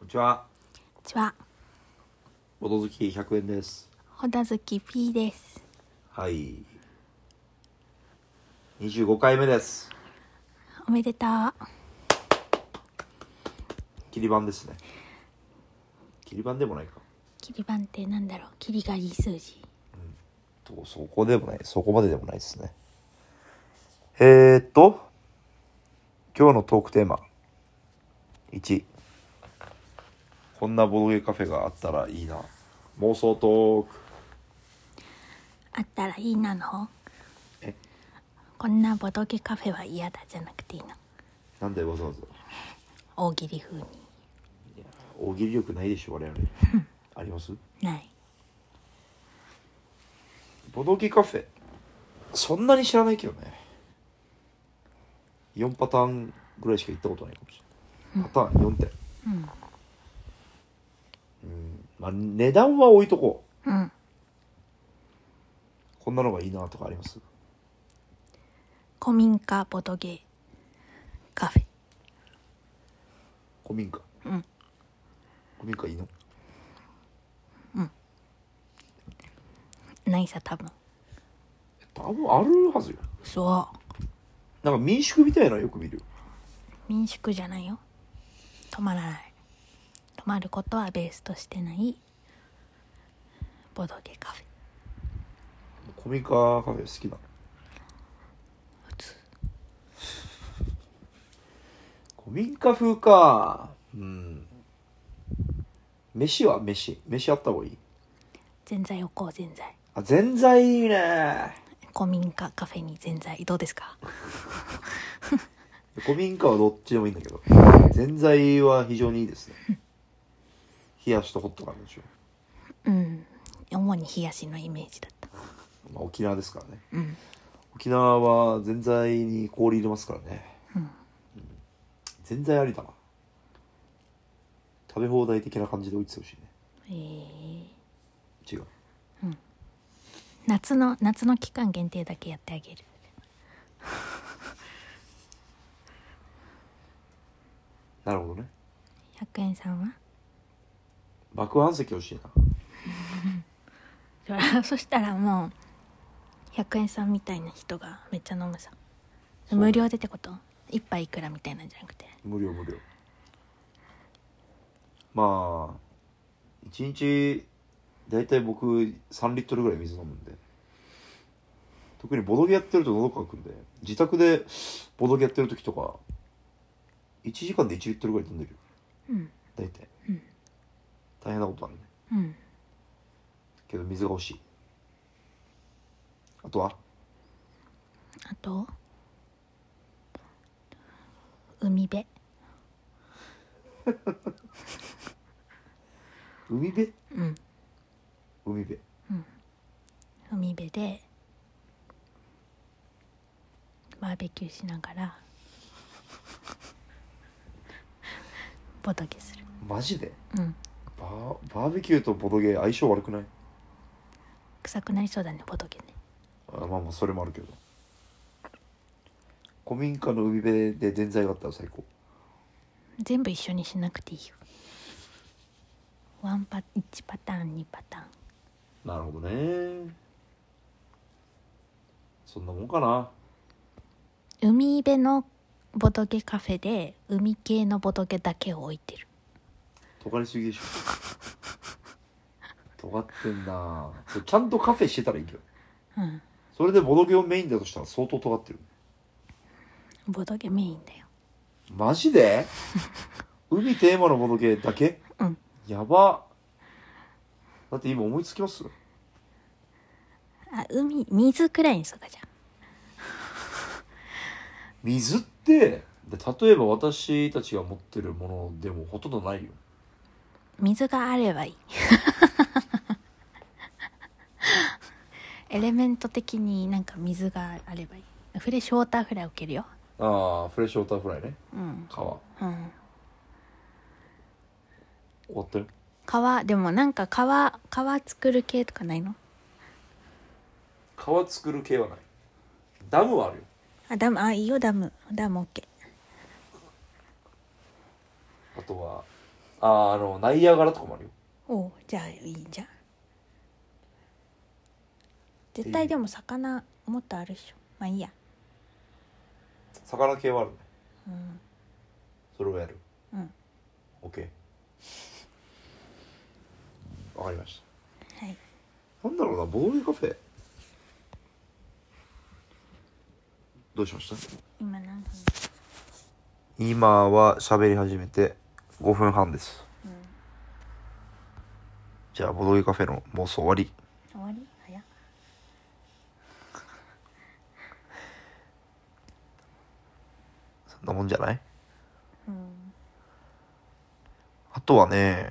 んにちは。こんにちは、ボト好き100円です。ほだずき P です。はい。25回目です。おめでとう。切り板ですね。切り板でもないか。切り番ってなんだろう切りがいい数字。とそこでもない、そこまででもないですね。えー、っと、今日のトークテーマ。1。こんなボドゲカフェがあったらいいな。妄想トーク。あったらいいなの方えこんなボドゲカフェは嫌だじゃなくていいの。なんでわざわざ。大喜利風に。大喜利力ないでしょ、我 々。ありますない。ボドゲカフェそんなに知らないけどね4パターンぐらいしか行ったことないかもしれないパターン4点うん、まあ値段は置いとこううんこんなのがいいなとかあります古民家ボドゲカフェ。古民家うん古民家いいのないさ多分。多分あるはずよそう。なんか民宿みたいなのよく見るよ民宿じゃないよ泊まらない泊まることはベースとしてないボドゲカフェ古民家カフェ好きなの普通古民家風かうん飯は飯飯あった方がいいぜんざい置こうぜんざいあぜんざいいいね古民家カフェにぜんざいどうですか古民家はどっちでもいいんだけどぜんざいは非常にいいですね冷やしとホットなんでしょうん主に冷やしのイメージだったまあ、沖縄ですからね、ん沖縄はぜんざいに氷入れますからねうんぜんざいありだな食べ放題的な感じで置いててほしいねえー違う夏の夏の期間限定だけやってあげるなるほどね100円さんは爆安席欲しいなそら そしたらもう100円さんみたいな人がめっちゃ飲むさう無料でってこと一杯いくらみたいなんじゃなくて無料無料まあ1日大体僕3リットルぐらい水飲むんで特にボドゲやってると喉乾くんで自宅でボドゲやってる時とか1時間で1リットルぐらい飲んでるようん大体、うん大変なことあるねうんけど水が欲しいあとはあと海辺海辺うん海辺海辺でバーベキューしなが らボトゲするマジでうんバーバーベキューとボドゲ相性悪くない臭くなりそうだねボトゲねあまあまあそれもあるけど古民家の海辺でぜんざいがあったら最高全部一緒にしなくていいよワンパ1パターン2パターンなるほどねそんなもんかな海辺のボトゲカフェで海系のボトゲだけを置いてるとがりすぎで しょ尖ってんなそれちゃんとカフェしてたらいいけどうんそれでボドゲをメインだとしたら相当尖ってるボトゲメインだよマジで海テーマのボドゲだけうんやばだって今思いつきますあ海水くらいにそうかじゃん水ってで例えば私たちが持ってるものでもほとんどないよ水があればいいエレメント的になんか水があればいいフレッシュウォーターフライ置けるよああフレッシュウォーターフライねうん皮終うんわったよ皮でもなんか皮皮作る系とかないの皮作る系はないダムはあるよあダムあいいよダムダム OK あとはああのナイアガラとかもあるよおうじゃあいいじゃん絶対でも魚もっとあるでしょまあいいや魚系はあるねうんそれをやるうんオッケーわかりましはいたなんだろうなボーイカフェどうしました今何分今は喋り始めて5分半です、じゃあボドゲカフェの妄想終わり終わり早っそんなもんじゃないうんあとはね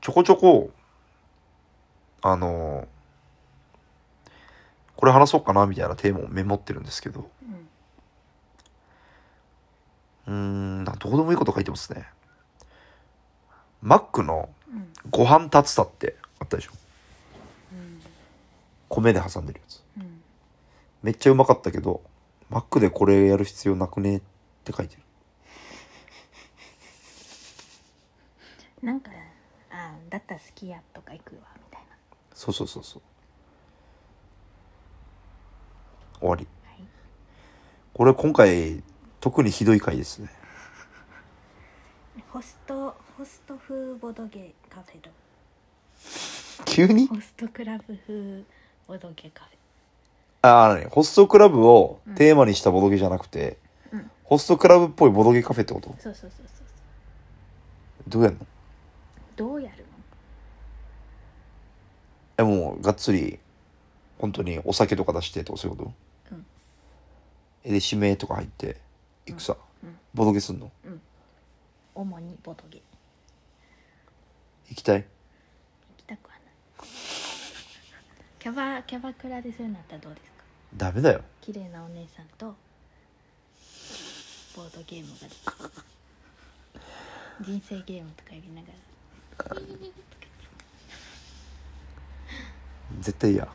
ちょこちょこあのこれ話そうかなみたいなテーマをメモってるんですけどううーんんなんかどこでもいいこと書いてますねマックのうんご飯竜田ってあったでしょ米で挟んでるやつうんめっちゃうまかったけどマックでこれやる必要なくねって書いてるなんかあだったら好きやとか行くわみたいなそうそうそうそう終わりはいこれ今回特にひどい回ですねホストホスト風ボドゲカフェと急にホストクラブ風ボドゲカフああ、ね、ホストクラブをテーマにしたボドゲじゃなくて、ェうんホストクラブっぽいボドゲカフェってことそうそうそうそうそうどうやんのどうやるのえもうがっつり本当にお酒とか出してとかそういうことうんえで指名とか入っていくさ、うんボドゲすんの主にボドゲ行きたい行きたくはないキャバキャバクラでそういうのあったらどうですかダメだよ綺麗なお姉さんとボードゲームができる人生ゲームとかやりながら絶対嫌ダメか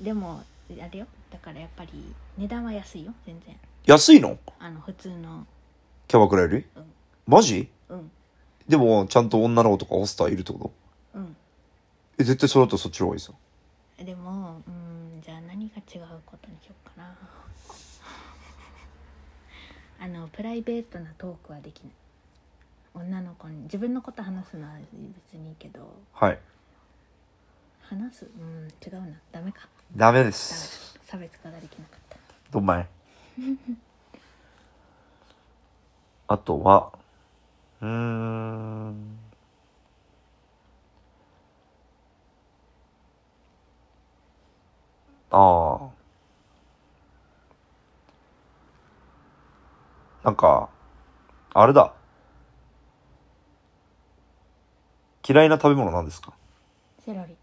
でもあれよだからやっぱり値段は安いよ全然安いのあの普通のキャバクラよりうんマジうんでもちゃんと女の子とかホスターいるってことうんえ絶対それだとそっちの方がいいさでもうんじゃあ何が違うことにしようかな あのプライベートなトークはできない女の子に自分のこと話すのは別にいいけどはい話すうん違うなダメかダメでダメす差別化ができなかったどんまい あとはうーんああなんかあれだ嫌いな食べ物なんですかセロリ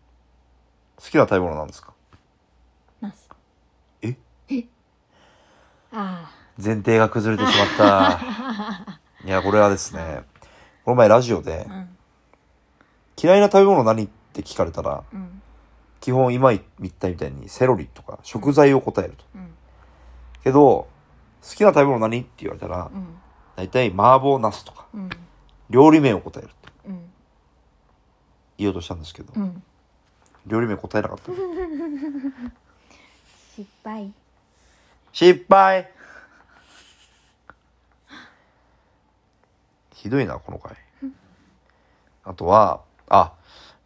好きな食べ物なんですかナスえあ前提が崩れてしまった。 いや、これはですね、この前ラジオであう、ん嫌いな食べ物何って聞かれたら、うん基本今言ったみたいにセロリとか食材を答えると。うんけど、好きな食べ物何って言われたらう、ん大体麻婆茄子とか、うん料理名を答えるとうん言おうとしたんですけどう、ん料理名答えなかった。失敗失敗ひどいな、この回。あとは、あ、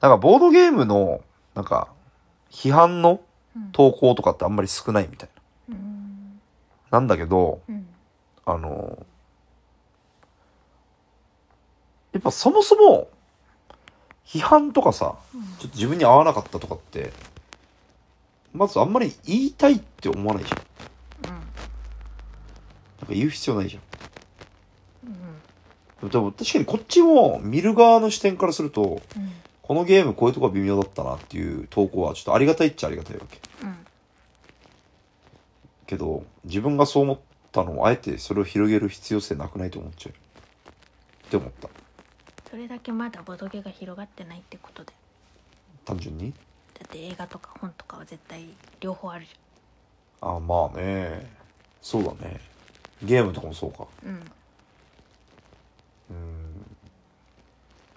なんかボードゲームの、なんか、批判のうん投稿とかってあんまり少ないみたいうんな。なんだけど、うんあの、やっぱそもそも、批判とかさ、ちょっと自分に合わなかったとかって、まずあんまり言いたいって思わないじゃん。なんか言う必要ないじゃん。うんでも確かにこっちも見る側の視点からすると、うんこのゲームこういうとこは微妙だったなっていう投稿はちょっとありがたいっちゃありがたいわけ。うんけど、自分がそう思ったのをあえてそれを広げる必要性なくないと思っちゃう。って思った。それだけまだボドゲが広がってないってことで単純に。だって映画とか本とかは絶対両方あるじあ、まあね。そうだね。ゲームとかもそうか。ゃんうんうーん。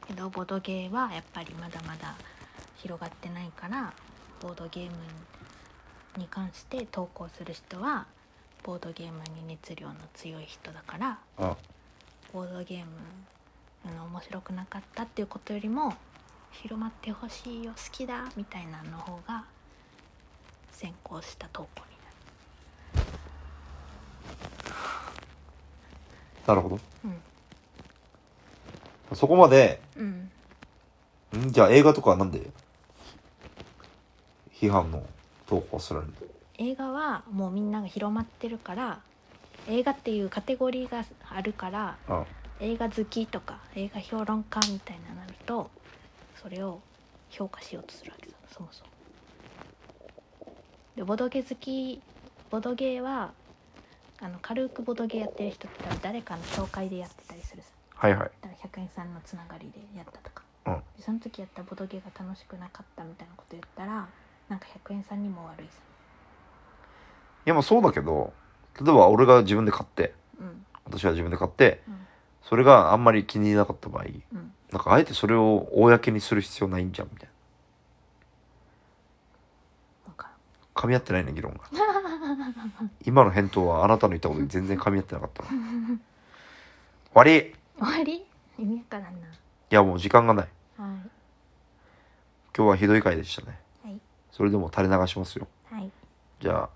けどボードゲーはやっぱりまだまだ広がってないからボードゲームに関して投稿する人はボードゲームに熱量の強い人だからうんボードゲームあの面白くなかったっていうことよりも広まってほしいよ好きだみたいなの方が先行した投稿なるほどになるそこまでうんうんんじゃあ映画とかはなんで批判の投稿するの映画はもうみんなが広まってるから映画っていうカテゴリーがあるからうん映画好きとか映画評論家みたいななるとそれを評価しようとするわけだそもそも。でボドゲ好きボドゲはあの軽くボドゲやってる人って多分誰かの紹介でやってたりするさはいはいだから100円さんのつながりでやったとか、うんでその時やったボドゲが楽しくなかったみたいなこと言ったらなんか100円さんにも悪いさ。いやまあそうだけど例えば俺が自分で買ってうん私は自分で買ってうんそれがあんまり気に入らなかった場合うんなんかあえてそれを公にする必要ないんじゃんみたいなわか噛み合ってないね議論 が今の返答はあなたの言ったことに全然噛み合ってなかったわ終わりいる終わり意味わからんなやもう時間がないは今日はひどい回でしたねいはいそれでも垂れ流しますよはいじゃあ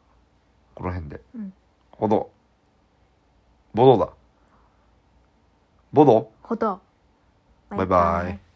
この辺でうんほどボドだボドほどバイバイ